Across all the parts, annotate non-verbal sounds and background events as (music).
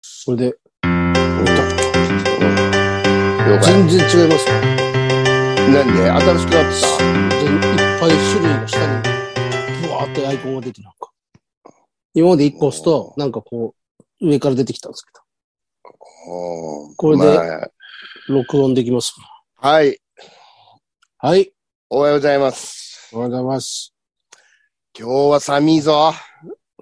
それで、了解。全然違いますよ。何で新しくなってたでいっぱい種類の下に、ブワーってアイコンが出て、なんか。今まで1個押すと、なんかこう、上から出てきたんですけこれでまど、録音できます。あはい。はい。おはようございます。おはようございます。今日は寒いぞ。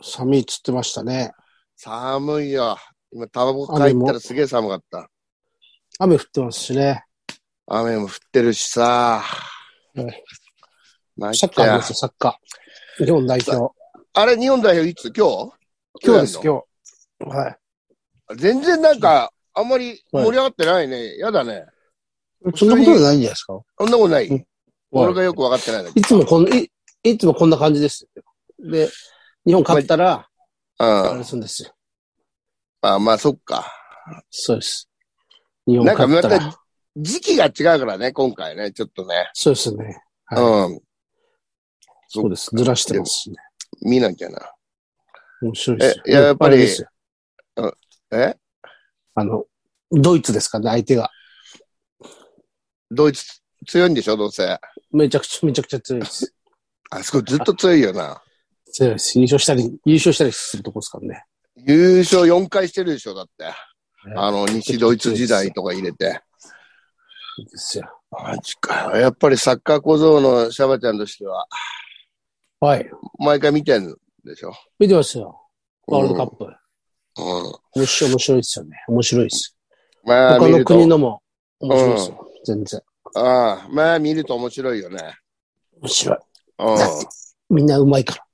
寒いっつってましたね。寒いよ。今、タバコ買いに行ったらすげえ寒かった。雨降ってますしね。雨も降ってるしはさ。い参サっッカたーよですよ、サッカー。日本代表。あれ、日本代表いつ今日今日です、日やんの。今日。はい。全然なんか、あんまり盛り上がってないね。やだね。そんなことないんじゃないですかそんなことなうい。俺はがよく分かってないだい。けいつもこん、い、いつもこんな感じですよ。で、日本勝ったら、あうれん。するんですよ。あ、まあ、そっか。そうです。日本なんか勝っまたたら。時期が違うからね、今回ね、ちょっとね。そうですね。はいうん。そうです。ずらしてますね。見なきゃな。面白いですよ。えいややっぱりあれですよえあの、ドイツですからね、相手が。ドイツ強いんでしょ、どうせ。めちゃくちゃ、めちゃくちゃ強いです。あそこずっと強いよな。強いです。優勝したり、優勝したりするとこですからね。優勝4回してるでしょ、だって。あの、西ドイツ時代とか入れて。いいですよ。マジか。やっぱりサッカー小僧のシャバちゃんとしては、はい。毎回見てんでしょ。見てますよ。ワールドカッップ。プ。うん。面白い、面白いですよね。面白いです。まあ、他見のると。国のも面白いですよ。全然。ああまあ、見ると面白いよね。面白い。うん。みんなうまいから。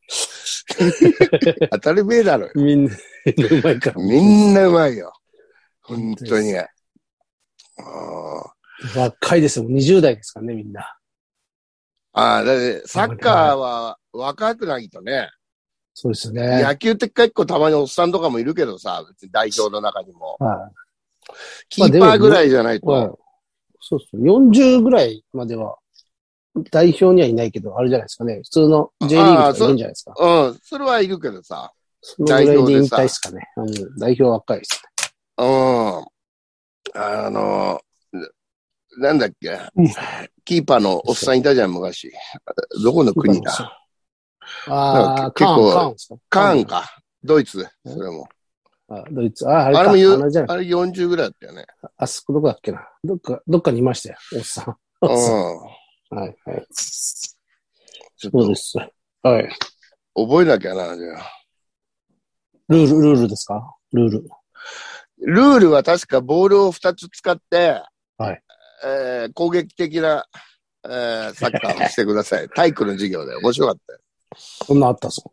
当たり前だろよ。みんな、みんなうまいから。みんなうまいよ。本当に。ああ若いですよ。20代ですからね、みんな。ああ、だって、サッカーは若くないとね。そうですよね。野球って結構たまにおっさんとかもいるけどさ、別に代表の中にも。はキーパーぐらいじゃないい。はいと。。そうそう。40ぐらいまでは、代表にはいないけど、あれじゃないですかね。普通の J リーグとかいるんじゃないですか。うん、それはいるけどさ。そのぐらいで代引表でさ退ですかね。うん、代表は若いですうん。あの、ななんだっけうん。キーパーのおっさんいたじゃん、昔。どこのね。国だあなんあ、か結カーン、構カーンですかカーン。か。ドイツ。それも。あドイツ。ああ、あれあれか。もあ言うれじゃない。あれ40ぐらいだったよね。あそこどこだっけな。どっか、どっかにいましたよ。おっさん。うおっさんん。 (laughs) はい、はい。ちょっそうとです。はい。覚えなきゃな、じゃあ。ルール、ルールですかルール。ルールは確かボールを2つ使って、はいえー攻撃的な、えーサッカーをしてく (laughs) ださい。体育の授業で面白かったよ。そんなあったぞ。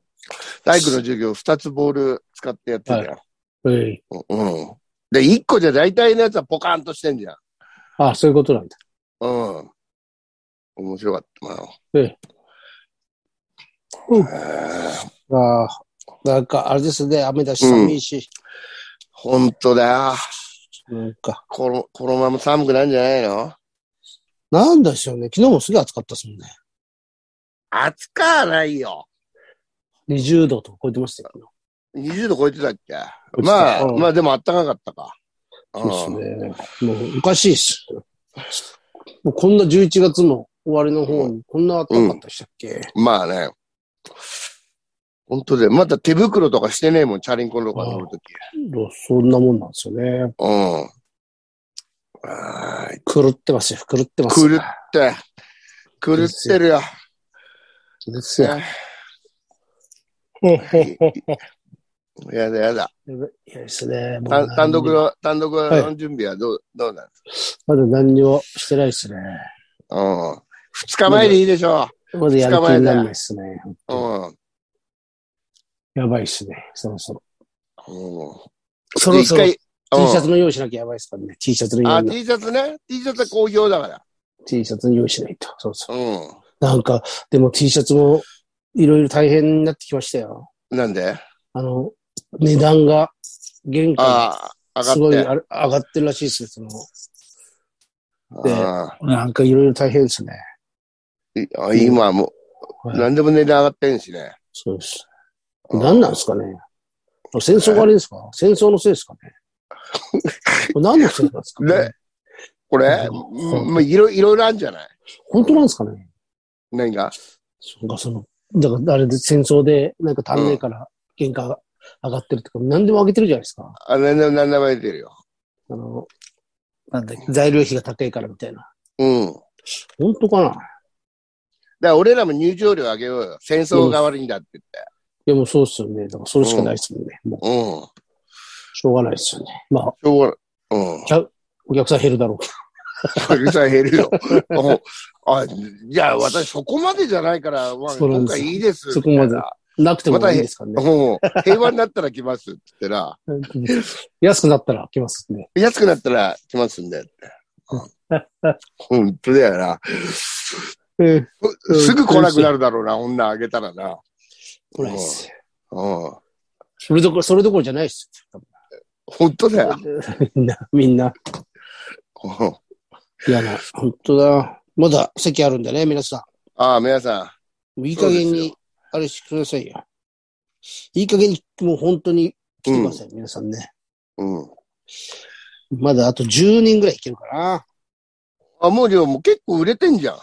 体育の授業2つボール使ってやってたよ、ええ。うん。うんで、1個じゃ大体のやつはポカーンとしてんじゃん。ああ、そういうことなんだ。うん。面白かったな。えええうんーああ、なんか、あれですね。雨だし、寒いし。本当だよ。なんか、この、このまま寒くなるんじゃないのなんでしょうね。昨日もすげえ暑かったですもんね。暑かはないよ。 20度とか超えてましたよ。昨日20度超えてたっけてたまあ、うんまあでも暖かかったか。そうですね。もうおかしいっす。もうこんな11月の終わりの方に、こんな暖かかったでしたっけ、まあね。本当で、また手袋とかしてねえもん、チャリンコとか乗るとき。どうそんなもんなんですよね。うん。あー狂ってますよ、狂ってますよ。狂って、狂ってるよ。ですよ。やだやだ。いやですね。もう単何単独の、単独はの準備はどう、どうなんですまだ何にもしてないですね。かうん。二日前でいいでしょまだやる気にならないですね。う。うん。やばいですね。そろそろ。うん。そろそろで T 一回うんシャツの用意しなきゃやばいですからね。T シャツの用あ、意な T シャツね。T シャツは好評だから。 T シャツの用意しないと。そうそう。うなんか、でも T シャツもいろいろ大変になってきましたよ。ん。なんであの、値段が、原価ああ、が上すごいがって。あれ上がってるらしいですね。そのてあーなんかいろいろ大変ですね。いあ今もう、はい何でも値段上がってんしね。そうです。何なんですかね。戦争があれですか戦争のせいですかね。 (laughs) これ何のせいなんですかね。これ、うんまあ、いろいろいろあるんじゃない本当なんですかね何がそうか、その、だからあれで戦争で、なんか足んねえから原価が上がってるとか、何でも上げてるじゃないですか。あ、何でも何でも言ってるよ。あの、なんだっけ材料費が高いからみたいな。うん。だか本当かなら俺らも入場料上げようよ。戦争が悪いんだって言って。でもそうですよね。だからそれしかないですもんね。もう、うん。しょうがないですよね。まあ、しょうがない。うん。お客さん減るだろう (laughs) けど。お客さん減 (laughs) るよ。もうあ、いや、私そこまでじゃないから、まあ、そうなん今ですよ回いいです。そこまでみたなくてもいいですからいなね。もう、平和になったら来ますって言ってな、 (laughs) 安くなったら来ますね。安くなったら来ますんでって。本当だよな。うん。うんすぐ来なくなるだろうな、女あげたらな。来ないです。うん。それどころ、それどころじゃないですよ。本当だよ。 (laughs) みんな、みんなうん嫌な。本当だ。まだ席あるんだね、皆さん。ああ、皆さいい加減に、あれしてくださいよ。いい加減に、もう本当に来てください、皆さんね。ん。うん。まだあと10人ぐらいいけるかな。あ、もうりょうも結構売れてんじゃん。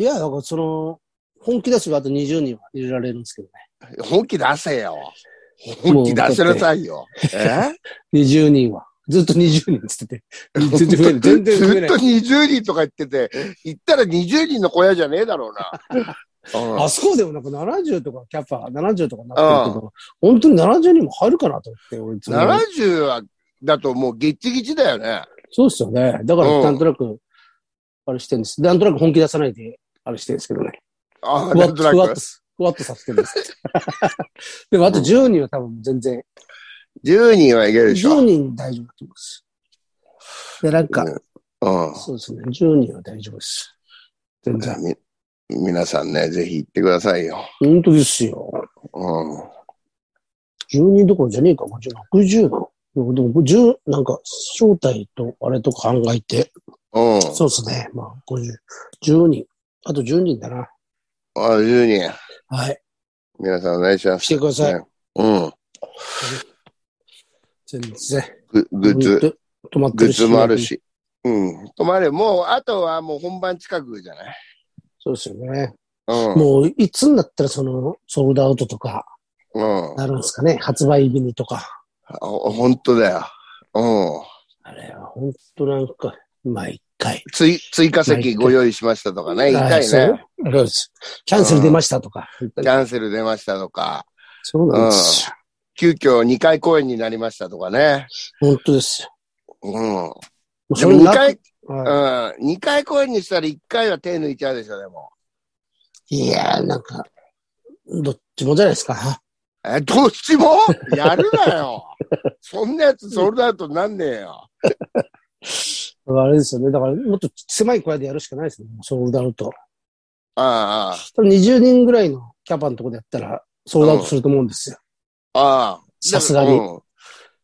いや、だからその、本気出せばあと20人は入れられるんですけど本気出せよ。 (laughs) 本気出せなさいよ。えね。20人は。ずっと20人っつってて。 (laughs) 全然増えない。全然増えずなっいと。20人とか言ってて、行ったら20人の小屋じゃねえ (laughs) だろうな。うんあそこでもなんか70とかキャパ、70とかなってるけど、本当に70人も入るかなと思って、俺いつも70は、だともうギッチギチだよね。そうですよね。だかうらんなんとなく、あれしてるんです。なんとなく本気出さないで、あれしてるんですけどね。あふあ、わなっんと、とふわっとなく。、ふわっとさせてるんです。 (laughs) でもあと10人は多分全然、 10人はいけるでしょ。 10人大丈夫だと思います。で、なんか、うん。そうですね、10人は大丈夫です。全じゃあ然。み、皆さんね、ぜひ行ってくださいよ。本当ですよ。うん。 10人どころじゃねえか、もう60の。でも、でも10、なんか、招待とあれとか考えて、うん。そうですね、まあ、50、10人。あと10人だな。あ10人。はい。皆さんお願いします。してくださいねうん。全然。ググッズ、ズ。止まってグるッし。ズもある。し。うん。泊まれ、もう、あとはもう本番近くじゃないそうですよね。うん。もう、いつになったらその、ソールドアウトとか、うん。なるんですかね。発売日にとか。あ本当だよ。うん。あれは、本当なんか、毎回。追追加席ご用意しましたとかね、痛あいそね。うそうです。キャンセル出ましたとか。キャンセル出ましたとか、そうなんですよ。急遽2回公演になりましたとかね。本当ですよ。うん。もうでも2なく回、うはん、二回公演にしたら1回は手抜いちゃうでしょ、でも。いいやー、なんか、どっちもじゃないですか。え、どっ (laughs) ちもやるなよ。そんなやつソールドアウトになんねえよ。あれですよね。だから、もっと狭い小屋でやるしかないですね。ソールドアウト。あ多分20人ぐらいのキャパのところでやったら、ソールドアウトすると思うんですよ。あ、ああ。さすがに。う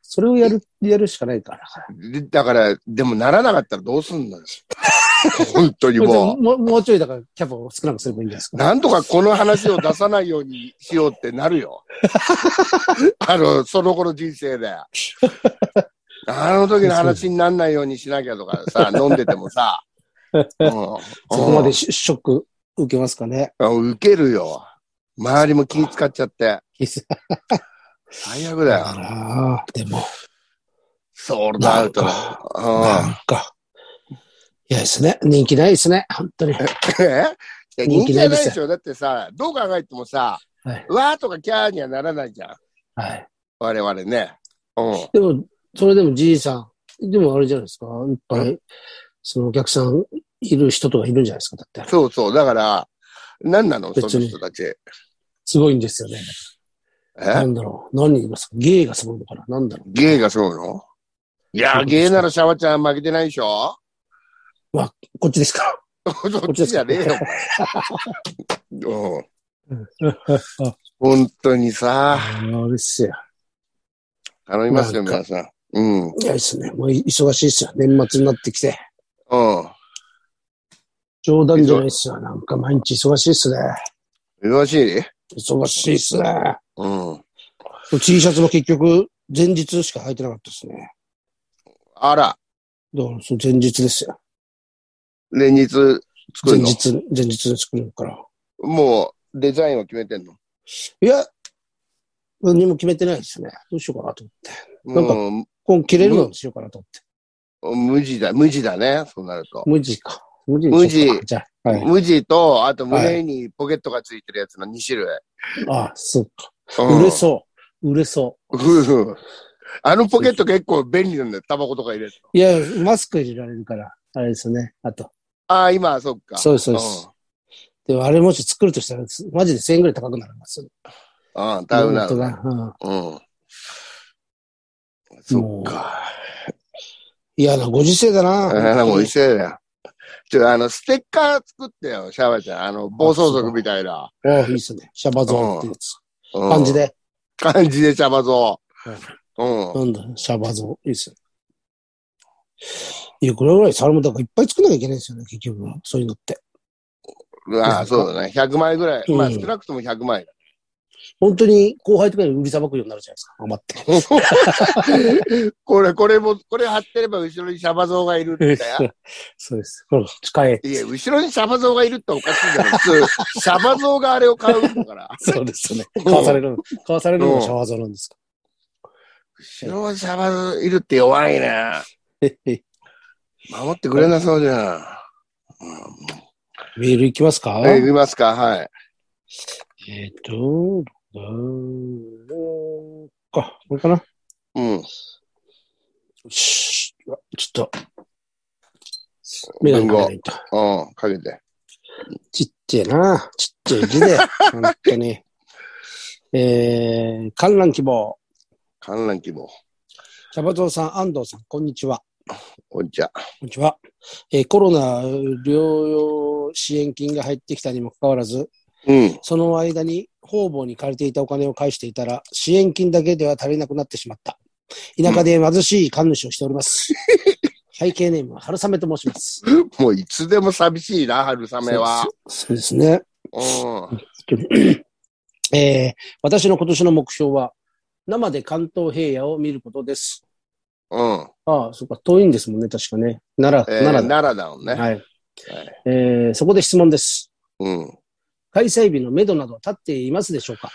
それをやる、やるしかないから。んでだから、でもならなかったらどうすんのよ。 (laughs) 本当にこれでもうも。もうもうちょいだから、キャパを少なくすればいいんじゃないですか。なんとかこの話を出さないようにしようってなる (laughs) よ。あの、その後の人生で。あの時の話にならないようにしなきゃとか (laughs) さ、飲んでてもさ。うんそこまでシショック受けますかね。うん受けるよ。周りも気使っちゃって。最悪だよ。あら、でも、ソールドアウトなだ。なんか、いやですね。人気ないですね。本当に。うん。え (laughs) いや人人気気なないいでですよしょ。だってさ、どう考えてもさ、はいわーとかキャーにはならないじゃん。はい。我々ね。うん。でも、それでもじいさん、でもあれじゃないですか。いっぱい、そのお客さんいる人とかいるんじゃないですか。だって、そうそう。だから、何なのその別に人たち。すごいんですよね。なえんだろう。何人いますか芸がすごいのかななんだろゲイがそうのいやー、ゲイならシャワちゃん負けてないでしょう。 (laughs) こっちですかそっちじゃね (laughs) えよ。うん。本当にさ、ああ、ですよ。頼みますよ、なんか皆さん。うん。うん。いやですね。もう忙しいですよ。年末になってきて。冗談じゃないですよ。なんか毎日忙しいですね。忙しい忙しいですね。うん。 T シャツも結局、前日しか履いてなかったですね。あら、だから、その前日ですよ。連日作前るの。日、前日で作るから。もう、デザインを決めてんの。いや、何も決めてないですね。どうしようかなと思って。なんかも今切れるのにしようかなと思って。う、無地だ、無地だね、そうなると。無地か。無地にしようか無じゃあ、はい。無地と、あと胸にポケットがついてるやつの2種類。あ、そうか。うん売れそう。売れそううん (laughs) あのポケット結構便利なんだよ。タバコとか入れると。。いや、マスク入れられるから、あれですよね。あと。ああ、今、そっか。そうです、そうです。でも、あれもし作るとしたら、マジで1000円ぐらい高くなりますよ。うん。うん、だうな本当る。だうん。うん。そっか。嫌なご時世だあな。ーもう一緒だよ。ちょ、あの、ステッカー作ってよ、シャバちゃん。あの、暴走族みたいな。おういいっすね。シャバゾーってやつ。うん感じ。で。感じでシャバ像。うん。なんだ、シャバゾー。いいっすね。いや、これぐらい、それもだからいっぱい作らなきゃいけないですよね、結局は。そういうのって。ああ、そうだね。100枚ぐらい。うんまあ、少なくとも100枚。本当に後輩とかに売りさばくようになるじゃないですか。余って。 (laughs) これ、これも、これ貼ってれば後ろにシャバ像がいるん (laughs) だよ。そうです。これ、使え。いや、後ろにシャバ像がいるっておかしいじ (laughs) ゃん。普通、シャバ像があれを買うんだ (laughs) から。そうですよね。買わされるの、買わされるのがシャバゾーなんですか。後ろにシャバ像いるって弱いね。へへ守ってくれなそうじゃん。うんメールいきますかえ、いきますかはい。えっと、どうだか、これかな。うん。よし。うわちょっと、目がないと。うん、かけて。ちっちゃいな。ちっちゃい字 (laughs) で、本当に。えー、観覧希望。観覧希望。キャバ嬢さん、安藤さん、こんにちは。こんにちは。こんにちは。えーコロナ療養支援金が入ってきたにもかかわらず、うん。その間に方々に借りていたお金を返していたら、支援金だけでは足りなくなってしまった。田舎で貧しい神主をしており (laughs) ます。背景ネームは春雨と申します。もういつでも寂しいな、春雨は。そうですね。うん。えー私の今年の目標は、生で関東平野を見ることです。うん。ああ、そっか、遠いんですもんね、確かね。奈良、えー奈良だ。奈良だもんね。はい。えーそこで質問です。うん。開催日のめどなど立っていますでしょうか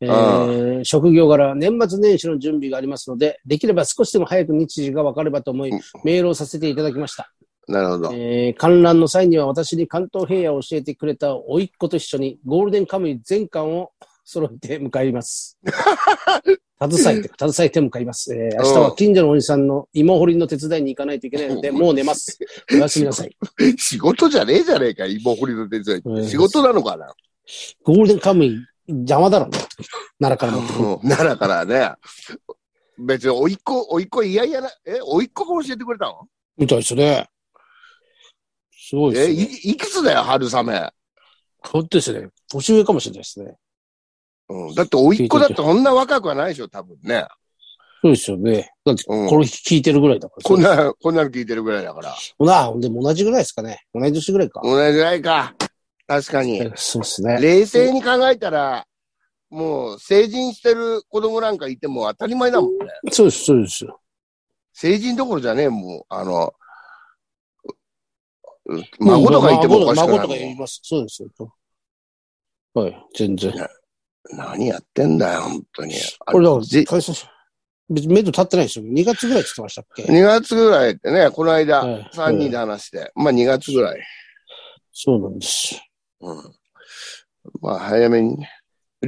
えー職業柄、年末年始の準備がありますので、できれば少しでも早く日時が分かればと思いうん、メールをさせていただきました。なるほど。えー観覧の際には私に関東平野を教えてくれた甥っ子と一緒にゴールデンカムイ全巻を揃えて向かい (laughs) ます。携えて、携えて向かいます。えー明日は近所のおじさんの芋掘りの手伝いに行かないといけないので、もう寝ます。おやすみなさい。 (laughs) 仕事じゃねえじゃねえか、芋掘りの手伝いっうて。ん仕事なのかな、ゴールデンカムイ邪魔だろうね。奈良から持ってくるうん奈良からね。別に、おいっ子、おいっ子、いやいやな、え、おいっ子が教えてくれたのみたいですね。すごいでえ、すいね。いくつだよ、春雨。本当ですね。年上かもしれないですね。うん、だって、おいっ子だってそんな若くはないでしょ、多分ね。そうですよね。だって、うんこれ聞いてるぐらいだから。こんな、こんなの聞いてるぐらいだから。な、でも同じぐらいですかね。同い年ぐらいか。同じぐらいか。確かに。そうですね。冷静に考えたら、もう成人してる子供なんかいても当たり前だもんね。そうです、そうです。成人どころじゃねえ、もう。あの、う孫とかいてもおかしく孫とかない言いい。ます。そうですよ。はい、全然。何やってんだよ、本当に。あこれだから、じ解説別に目途立ってないですよ。2月ぐらいって言ってましたっけ、 2月ぐらいってね、この間、はい、 3人ではい話して、まあ2月ぐらい。そうなんです。うん。まあ早めにね。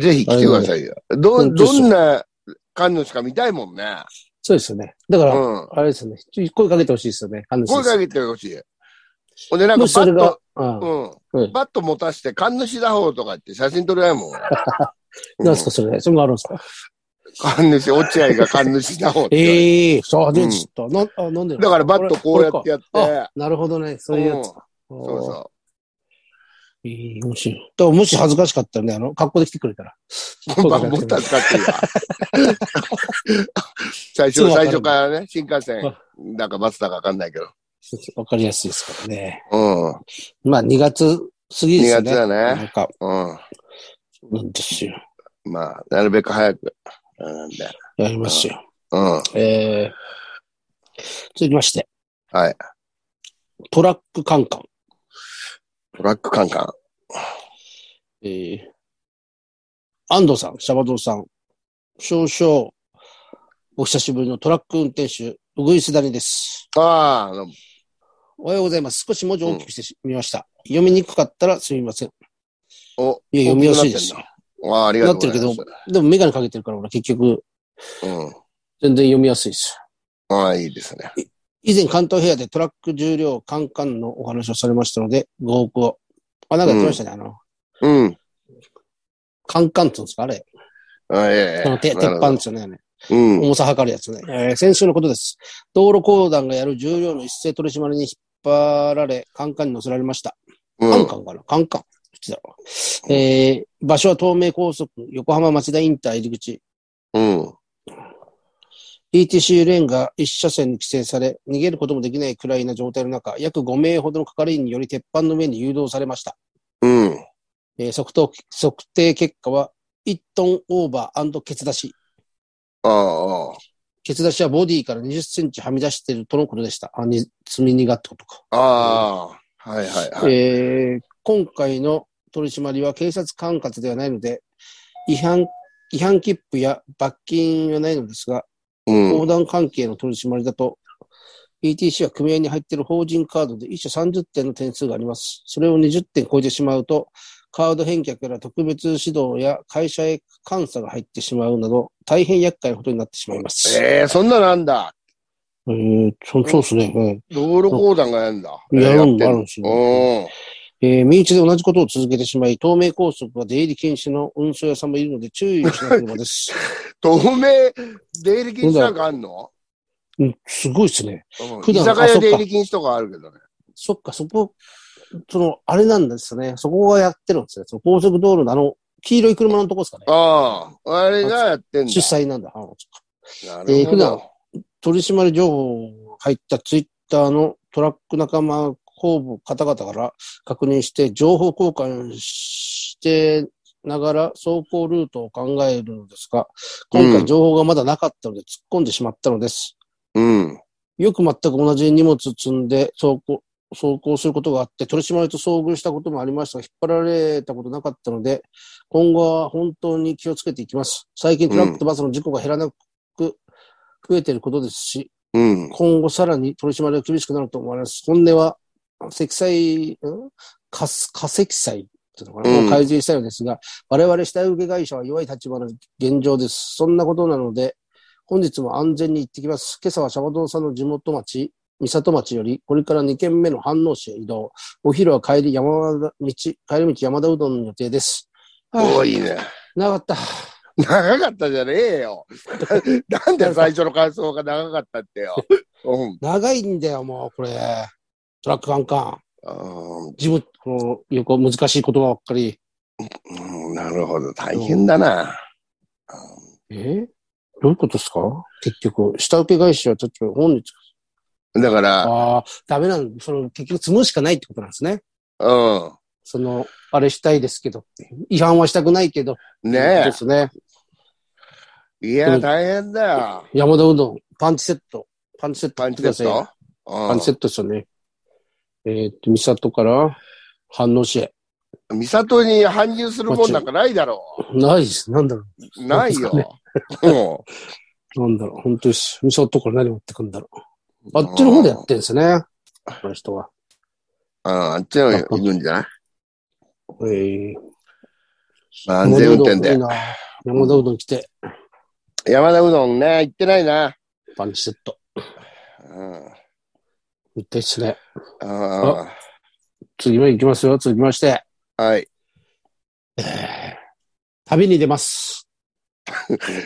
ぜひ来てくださいよ。ど、本当でどすよんな感のしか見たいもんね。そうですよね。だかうら、ん。あれですよね。ちょ声かけてほしいですよね。あの声かけてほしい。ほんで、なんかもバしそれッがト、、うんううんん。バット持たして、神主打法とか言って写真撮れないもん。 (laughs) なんすか、それ。それもあるんですか神主、落合が神主打法って言われて。ええそう、うで、んちょっと、な、あ、なんでだからバットこうやってやっこれて、なるほどね。そういうやつか。そうそええ面白い。だからもし恥ずかしかったらね、あの、格好で来てくれたら。う。バット持った使ってるわ。 (laughs) 最初、最初からね、新幹線、なんかバスだかわかんないけど。わかりやすいですからね。うん。2まあ、2月過ぎです月よね。だなね。んか、うそうなんですよ。ん。まあ、なるべく早く。なんで。やりますよ。うん。ええ続きまして。はい。トラックカンカン。トラックカンカン。えー、安藤さん、シャバゾウさん、少々、お久しぶりのトラック運転手、うぐいすだにです。ああ、あの、おはようございます。少し文字を大きくしてみました。読みにくかったらすみません。お、いや、読みやすいです。ああ、ありがとうございます。なでもメガネかけてるから、俺結局、うん。全然読みやすいです。ああ、いいですね。以前関東平野でトラック重量カンカンのお話をされましたので、ご報告を。あ、なんかやってましたね、あの、うん。カンカンって言うんですかあれ。あええあの、て鉄なるほ板どですよね。あれうん。重さ測るやつね。えー先週のことです。道路公団がやる重量の一斉取り締まりに引っ張られ、カンカンに乗せられました。うカンんカンかなカンカン。どっちだろう。えー場所は東名高速、横浜町田インター入り口。うん。 ETC レーンが一車線に規制され、逃げることもできないくらいな状態の中、約5名ほどの係員により鉄板の上に誘導されました。うん。えー測定測定結果は、1トンオーバーケツ出し。ああ、あケツ出しはボディから20センチはみ出しているとのことでした。あ、に、積み荷がってことか。あ。ああ。はいはいはい。えー今回の取り締まりは警察管轄ではないので、違反、違反切符や罰金はないのですが、うん。横断関係の取り締まりだと、ETC は組合に入っている法人カードで一社30点の点数があります。それを20点超えてしまうと、カード返却や特別指導や会社へ監査が入ってしまうなど、大変厄介なことになってしまいます。ええそんななんだ。えー、そそうですね。うん道路公団がやるんだ。やるんがあやるっんですてよ。んのえー身内で同じことを続けてしまい、東名高速は出入り禁止の運送屋さんもいるので注意をしなければ (laughs) です。うん。透明、出入り禁止なんかあんのうん、すごいですね。うん普居段酒あそ屋っか出入り禁止とかあるけどね。そっか、そこ、その、あれなんですね。そこがやってるんですね。その高速道路のあの、黄色い車のとこですかね。ああ、あれがやってんだ。主催なんだ。あのなえるーほ普段ど。取締り情報入ったツイッターのトラック仲間公募方々から確認して情報交換してながら走行ルートを考えるのですが、今う回ん情報がまだなかったので突っ込んでしまったのです。うん。よく全く同じ荷物積んで走行、走行することがあって、取り締まりと遭遇したこともありましたが、引っ張られたことなかったので、今後は本当に気をつけていきます。最近トラックとバスの事故が減らなく、増えていることですし、うん。今後さらに取り締まりが厳しくなると思われます。本音は、積載、ん過過積載というのかな、うんを改善したいのですが、我々下請け会社は弱い立場の現状です。そんなことなので、本日も安全に行ってきます。今朝はシャバドンさんの地元町、三里町より、これから2軒目の飯能市へ移動。お昼は帰り山田道、帰り道山田うどんの予定です。おはーいいいね。なかった。長かったじゃねえよ。 (laughs) なんで最初の感想が長かった (laughs) ってよ。うん。長いんだよ、もう、これ。トラックカンカン。あー自分、この、よく難しい言葉ばっかり。うんなるほど。大変だな。えどういうことですか結局、下請け会社はちょっと本日、だから、ああ、ダメなんその、結局積むしかないってことなんですね。うその、あれしたいですけどっていう、違反はしたくないけど、ん。でねすね。え。いや、大変だよ。山田うどん、パンチセット。パンチセットパ買ンってチくセださッいよ。トパンチセットですよね。えーっと、三里から、反応しへ。うん。三里に搬入するもんなんかないだろないです。なんだろう。ないよ。う。なんだろう。本当です。三里から何持ってくんだろう。あっちの方でやってるんですね。この人は。うん。あっちの方にいるんじゃないえー、安全運転いいで。な山田うどん来て、山田うどんね、行ってないな。パンチセット。うん。行ってですね。うん次も行きますよ。続きまして。はい。えー旅に出ます。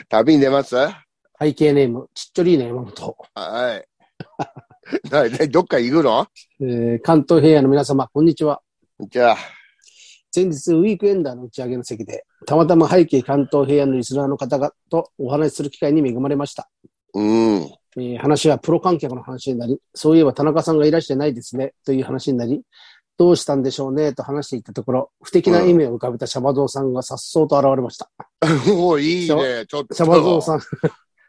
旅に出ます (laughs) は背景ネーム、ちっちょりーな山本。い。ななどっか行くのえー関東平野の皆様、こんにちは。じゃあ、先日、ウィークエンダーの打ち上げの席で、たまたま背景関東平野のリスナーの方々とお話しする機会に恵まれました。うん。えー話はプロ観客の話になり、そういえば田中さんがいらしてないですね、という話になり、どうしたんでしょうね、と話していったところ、不敵な意味を浮かべたシャバゾウさんが颯爽と現れました。おういいね、ちょっと。シャバゾウさん、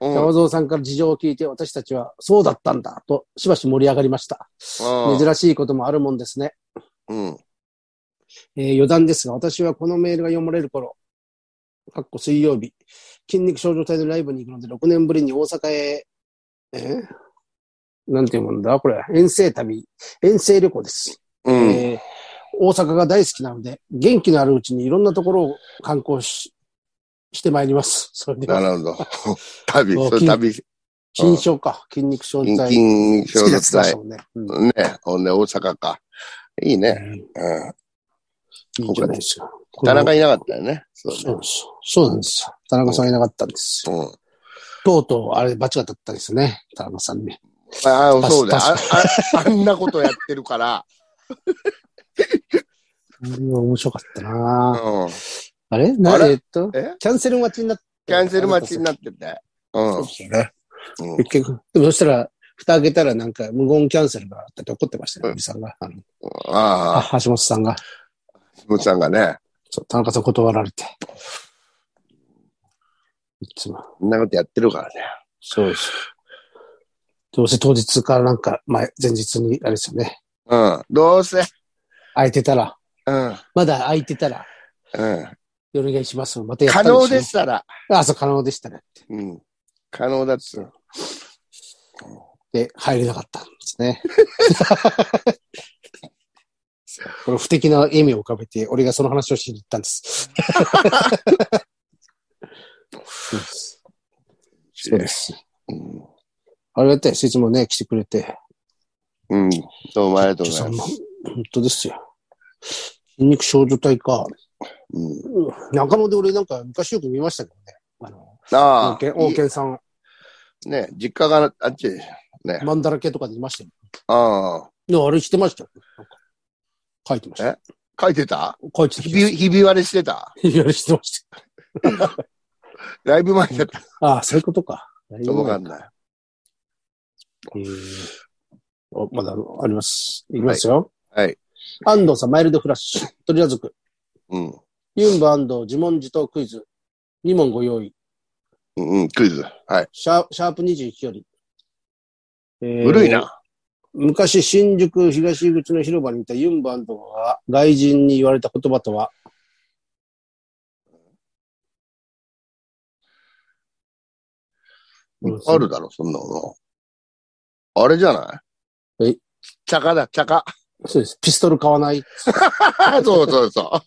うん。山蔵さんから事情を聞いて私たちはそうだったんだとしばし盛り上がりました。うん珍しいこともあるもんですね。うん。えー余談ですが私はこのメールが読まれる頃、かっこ水曜日、筋肉症状体のライブに行くので6年ぶりに大阪へ、えーなんていうもんだこれ、遠征旅、遠征旅行です。うん。えー大阪が大好きなので、元気のあるうちにいろんなところを観光し、してまいります。それでなは、るほど。 (laughs) 旅、もうそう筋旅、筋筋症か、筋肉症状体。筋好症きだのっつってました伝もんね。うんえ。ね。ほんで、大阪か。いいね。うん。いいじゃないですか。田中こいなかったよね。そうのそうなんですよそうなんですよ。田中さんいなかったんですよ。ね。うん。とうとう、あれ、バチが立ったんですね。田中さんね。ああ、パスそうだ。あパああんなことやってるから。うん面白かったうな、ん。あれなあれえっと、えキャンセル待ちになって。キャンセル待ちになってて。うそうんで。すよね。うん結局、でもそしたら、蓋開けたらなんか無言キャンセルがあったって怒ってましたね、うんおじさんが。あのああ、あ橋本さんが。橋本さんがね、そう、田中さん断られて。いつも。こんなことやってるからね。そうです。どうせ当日からなんか、前、前日に、あれですよね。うん。どうせ。空いてたら、うん。まだ空いてたら、うん。よろしくお願いします。またやった可んしょ能で。したら。あ、そう、可能でしたね。うん。可能だっつう。で、入れなかったんです (laughs) ね。この不敵な笑みを浮かべて、俺がその話をしに行ったんです。そうですそうです。うん。ありがたいです。いつもね、来てくれて。うん。どうもありがとうございます。本当ですよ。筋肉少女隊か。うん。うん中野で俺なんか昔よく見ましたけどね。あの、あ王あ、権王権さん、ね、実家があっち。ね。マンダラ系とかでいましたよ。ああ。でもあれしてましたよ。なんか書いてました。書いてた書いてたひ気がび、ひび割れしてた (laughs) する。やるしてました。ライブ前だったかああ、そういうことか。何わかい。んない。おまだあのあります。いきますよ。はい。安藤さん、マイルドフラッシュ。とりあえずく、うん。ユンバ安藤自問自答クイズ。2問ご用意。うんうん、クイズ。はい。シャーシャープ21より。えー古い。な。昔、新宿東口の広場にいたユンバ安藤が外人に言われた言葉とは、あるだろ、そんなもの。あれじゃないえ茶化だ、茶 (laughs) 化。そうです。ピストル買わない。そうそうそ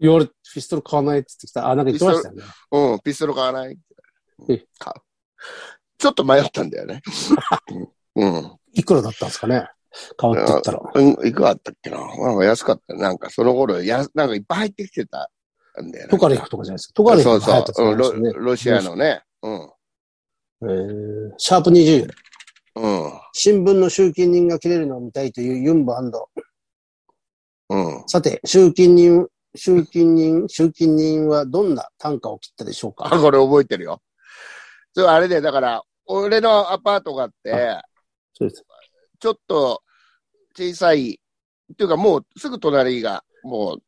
言われ、ピストル買わないって言ってきた。あ、なんか言ってましたよね。う。うん、ピストル買わないえ買う。ちょっと迷ったんだ (laughs) よね。うん。いくらだったんですかね買うって言ったら。うん、いくらあったっけななんか安かった。なんかその頃、やすなんかいっぱい入ってきてたんだよね。トカレフとかじゃないですか。トカレフそがう流行ったそう、うんですロね。。ロシアのね。うん。えーシャープ20。 (laughs) うん。新聞の集金人が切れるのを見たいというユンバ安藤。うん。さて、集金人、集金人、集金人はどんな単価を切ったでしょうあ、かこれ覚えてるよ。それあれで、だから、俺のアパートがあって、そうです。ちょっと小さい、っていうかもうすぐ隣が、もう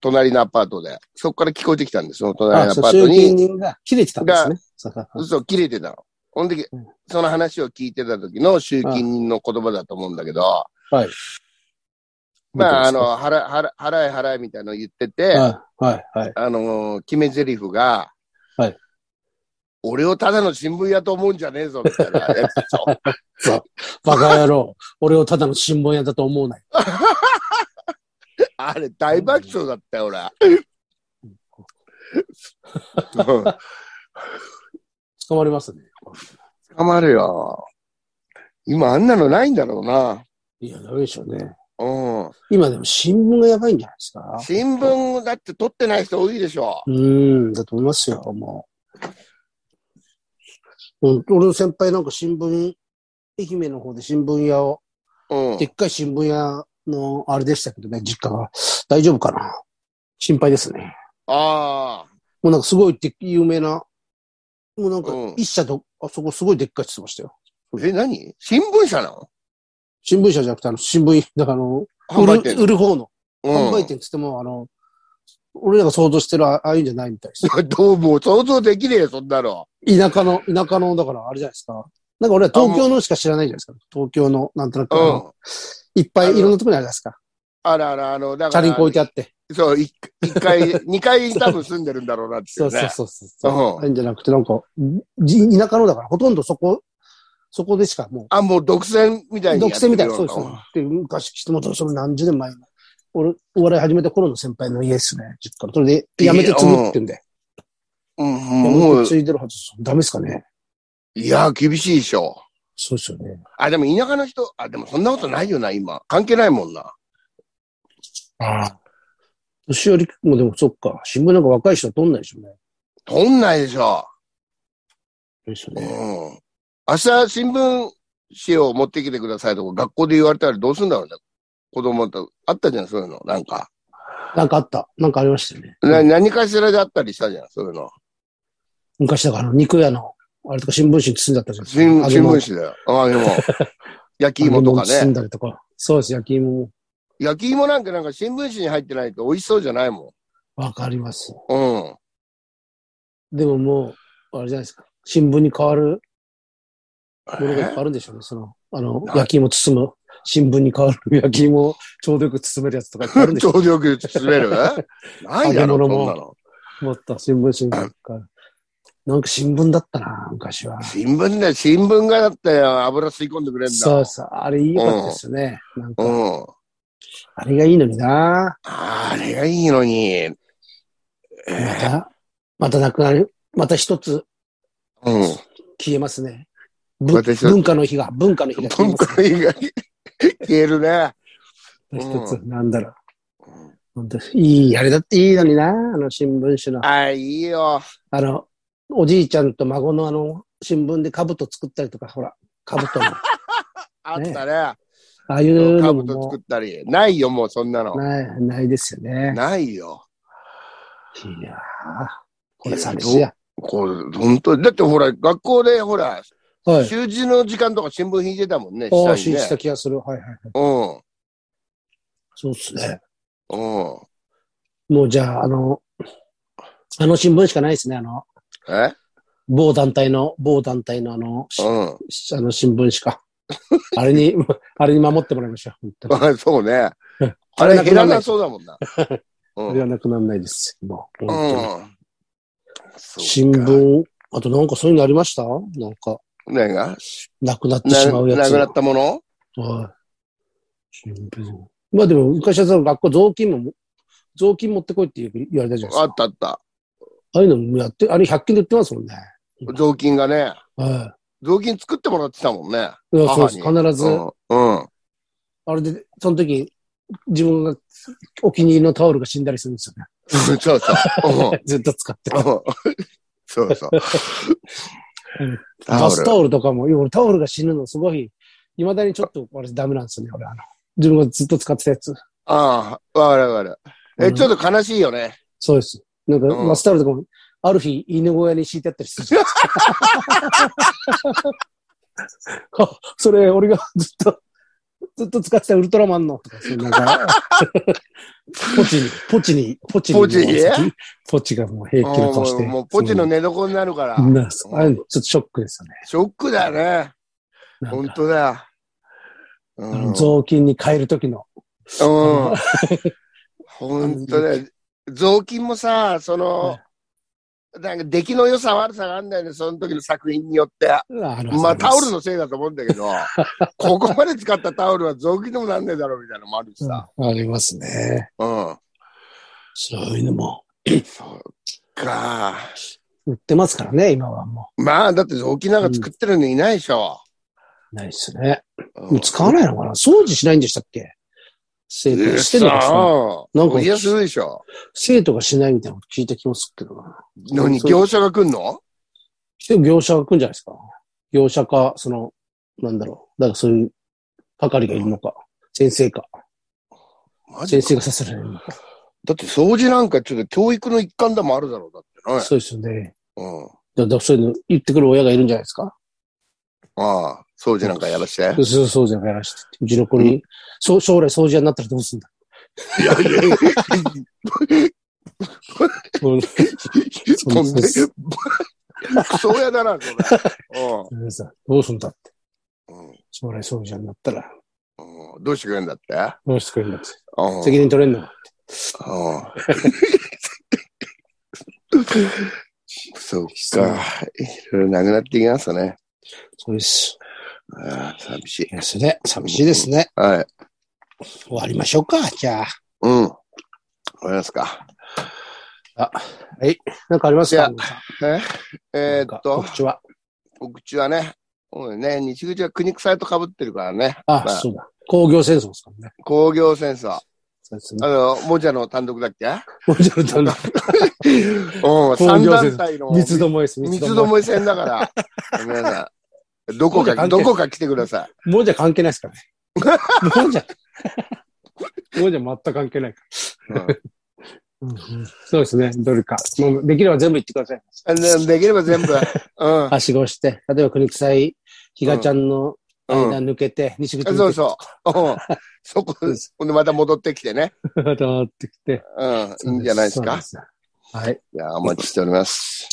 隣のアパートで、そこから聞こえてきたんです、その隣のあ、アそパう、ー集ト金に。人が切れてたんですね。そう嘘、切れてたの。ほんでうん、その話を聞いてた時の集金人の言葉だと思うんだけど、はい。まあ、あはの、払払払い払いみたいなの言ってて、い、はい、はい。あのー決め台詞が、はい俺をただの新聞屋と思うんじゃねえぞ、みた (laughs) いなやつでしょ。バカ野郎。俺をただの新聞屋だと思うなよ。あれ、大爆笑だったよ、俺。 (laughs) うん捕まりますね。捕まるよ。今、あんなのないんだろうな。いや、ダメでしょうね。うん。今でも新聞がやばいんじゃないですか。新聞だって取ってない人多いでしょ。うーん、だと思いますよ、もう。うん、俺の先輩なんか新聞、愛媛の方で新聞屋を、うんで。っかい新聞屋のあれでしたけどね、実家が。大丈夫かな心配ですね。ああ。もうなんかすごいでっ有名な、もうなんかうん一社と、あそこすごいでっかいって言ってましたよ。え、何新聞社なの新聞社じゃなくて、あの、新聞、だからあの、販売売店。る売る方の、うん販売店って言っても、あの、俺らが想像してるあああいうんじゃないみたいです。 (laughs) どうも想像できねえよ、そんなの。田舎の、田舎の、だからあれじゃないですか。なんか俺は東京のしか知らないじゃないですか。東京の、なんとなく、あのうん。いっぱいいろんなとこにあるじゃないですか。あらあら、あの、だチかャリンらコ、置いてあって。そう、い一回、 (laughs) 二回多分住んでるんだろうなっていそううそうね。そうそう。うんああいうんじゃなくて、なんか、じ田舎のだから、ほとんどそこ、そこでしかもう、あ、もう独占みたいにや独っ占てるみたいよな。そうです。そうですで、昔、人もそれ何十年前の。俺、お笑い始めた頃の先輩の家ですね。実家のそれで、辞めて継ぐってんで。うん、ももうう、継いでるはずです。ダメですかね。いや、厳しいでしょ。そうですよね。あ、でも田舎の人、あ、でもそんなことないよな、今。関係ないもんな。ああ。年寄りもでもそっか。新聞なんか若い人は取んないでしょうね。とんないでしょ。ですようんね。。明日、新聞紙を持ってきてくださいとか、学校で言われたらどうするんだろうね。子供と、あったじゃん、そういうの。なんか。なんかあった。なんかありましたよね。な何かしらであったりしたじゃん、そういうの。昔だからあの肉屋の、あれとか新聞紙に包んだったじゃない新ですか。新聞紙だよ。あ、でも。 (laughs) 焼き芋と揚げ物かに包ねん。だりとか。そうです、焼き芋も。焼き芋なんかなんか新聞紙に入ってないと美味しそうじゃないもわかります。ん。うん。でももう、あれじゃないですか。新聞に変わるものがいっぱいあるんでしょうね。その、あの、な焼き芋包む。新聞に変わる焼き芋をちょうどよく包めるやつとかいっぱいあるんでしちょょ (laughs) うどよく (laughs) 包めるないだろ、揚げ物そんもなの。う。もっと新聞紙に変わる。なんか新聞だったな、昔は。新聞だよ、新聞がだって油吸い込んでくれるんだ。そうそう。あれ良かったですよね。なんか、うん。あれがいいのにな。あれがいいのに。また、またなくなる。また一つうん。消えますね。ぶ私は文化の日が、文化の日が消え文ます化以 (laughs) 外消えるね。ね。文化一つ、なんだろう。本当いい、あれだっていいのにな。あの新聞紙の。あ、いいよ。あの、おじいちゃんと孫のあの、新聞で兜作ったりとか、ほら、兜 (laughs) の。ああったね。あいうカのブもト作もったり。ないよ、もうそんなのう。ない、ないですよね。ないよ。いやーこれ寂しいや。こう、本当にだってほら、学校でほら、はい。習字の時間とか新聞引いてたもんね、おー、下にしねした気がする。はいはいはい。うん。そうっすね。うん。もうじゃあ、あの、あの新聞しかないですね。あの、え某団体の、某団体のあの、し (laughs) うんしあの新聞しか。あれに、 (laughs) あれに守ってもらいましょう。本当に。あ。そうね。ああれれなく減なららないなそうだも (laughs) んな。うあん。れうんはなくならないです。もう、本当に。そうか新。聞、あとなんかそういうのありましたなんか、何がなくなってしなまうやなつ。くなったものはい。新聞。まあでも、昔はその学校雑巾も、雑巾持ってこいってよく言われたじゃないですあっか。たあった。ああいうのもやって、あれ100均で売ってますもんね。雑巾がね、は雑巾作ってもらってたもんね。い。いやそうです。母必ず、うん。うんあれで、その時、自分がお気に入りのタオルが死んだりするんですよそうそう。うんね。ずっと使ってた。うんそうそううん。タバオスルタオルとかも、いや俺タオルが死ぬのすごい、未だにちょっと、あれダメなんですよね、俺。あの自分がずっと使ってたやつ。ああ、わかるわかる。うえ、んちょっと悲しいよね。そうです。なんか、うんバスタオルとかも、ある日、犬小屋に敷いてあったりする (laughs) じゃないですか。あそれ、俺がずっと、ずっと使ってたウルトラマンの、とか、そういうなんか、ポチに、ポチに、ポチに、ポチにポチがもう平うん気な顔もしうて。もうポチの寝床になるからそ。のなあれ、ちょっとショックですよね。ショックだよね。なん本か当だよ。あうのん。雑巾に変える時の。うん。本当だよ。雑巾もさ、そのは、なんか出来の良さ悪さがあるんだよね、その時の作品によって。あのまあタオルのせいだと思うんだ (laughs) けど、ここまで使ったタオルは雑巾でもなんねえだろうみたいなのもあるしさ。うんありますね。うん。そういうのもそっか。売ってますからね、今はもまあ、だって雑巾なんか作ってるのいないでしょ。う。ないですね。うん使わないのかな掃除しないんでしたっけ生徒がしてるのかなさなんかいや、するでしょ。生徒がしないみたいなこと聞いた気もするけどな。何、そう業者が来んのでも業者が来るんじゃないですか。業者か、その、なんだろう。だからそういう係がいるのか。先生か。マジ先か生がさせられるのか。だって掃除なんかちょっと教育の一環でもあるだろう、だってね。そうですよね。うん。だからそういうの言ってくる親がいるんじゃないですか。ああ、掃除なんかやらして。そうそうじゃないらして。うちの子に、そう将来掃除屋になったらどうすんだ。いやいやいや (laughs) うん飛んでそう、クソ親だな、そそれでさどうすんだって。れ。うん。将来葬儀者になったら、うん。どうしてくれんだってどうしてくれるんだって。うん。責任取れんのか。うん。そっか。いろいろなくなってきますね。そうです。ああ、寂しい。ですね。寂しいですね。はい。終わりましょうか。じゃあ。うん。わかりますか。なんかありますかええーっと告、知は。告知はね、そうね、西口は国臭いと被ってるからね。あ、まあそうだ。工業戦争ですからね。工業戦争。あそうですね。の、もじゃの単独だっけもうちょっとなんだ (laughs) うん、工三業団戦体の三つどもえです。三三つつどどももえ戦だから。皆さん、どこそうじゃ関係なか、どいこか来てください。え。もうじゃ関係ないですからね。もうじゃ。もうじゃ全く関係ないかうんら。そうですね。どれか。もうできれば全部言ってください。あのできれば全部、うん、はしごして、例えば国臭い、ひがちゃんのう間抜けて、西口ん。にそ行うそう。うん、そこ、ほんでまた戻ってきてっね。て、 (laughs) また回ってきて。うん、いいんじゃないですか。そうです。はい。いや、お待ちしております。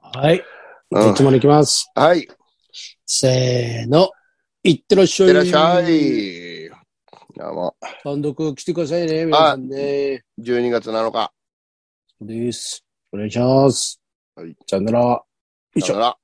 はい。うんどっちまで行きます。はい、いっせーの。いってらっしゃい。てらっしゃい。どうも、単独来てくださいね、皆さんね。 12月7日。です。お願いします。はい。さよなら。よいしょさよなら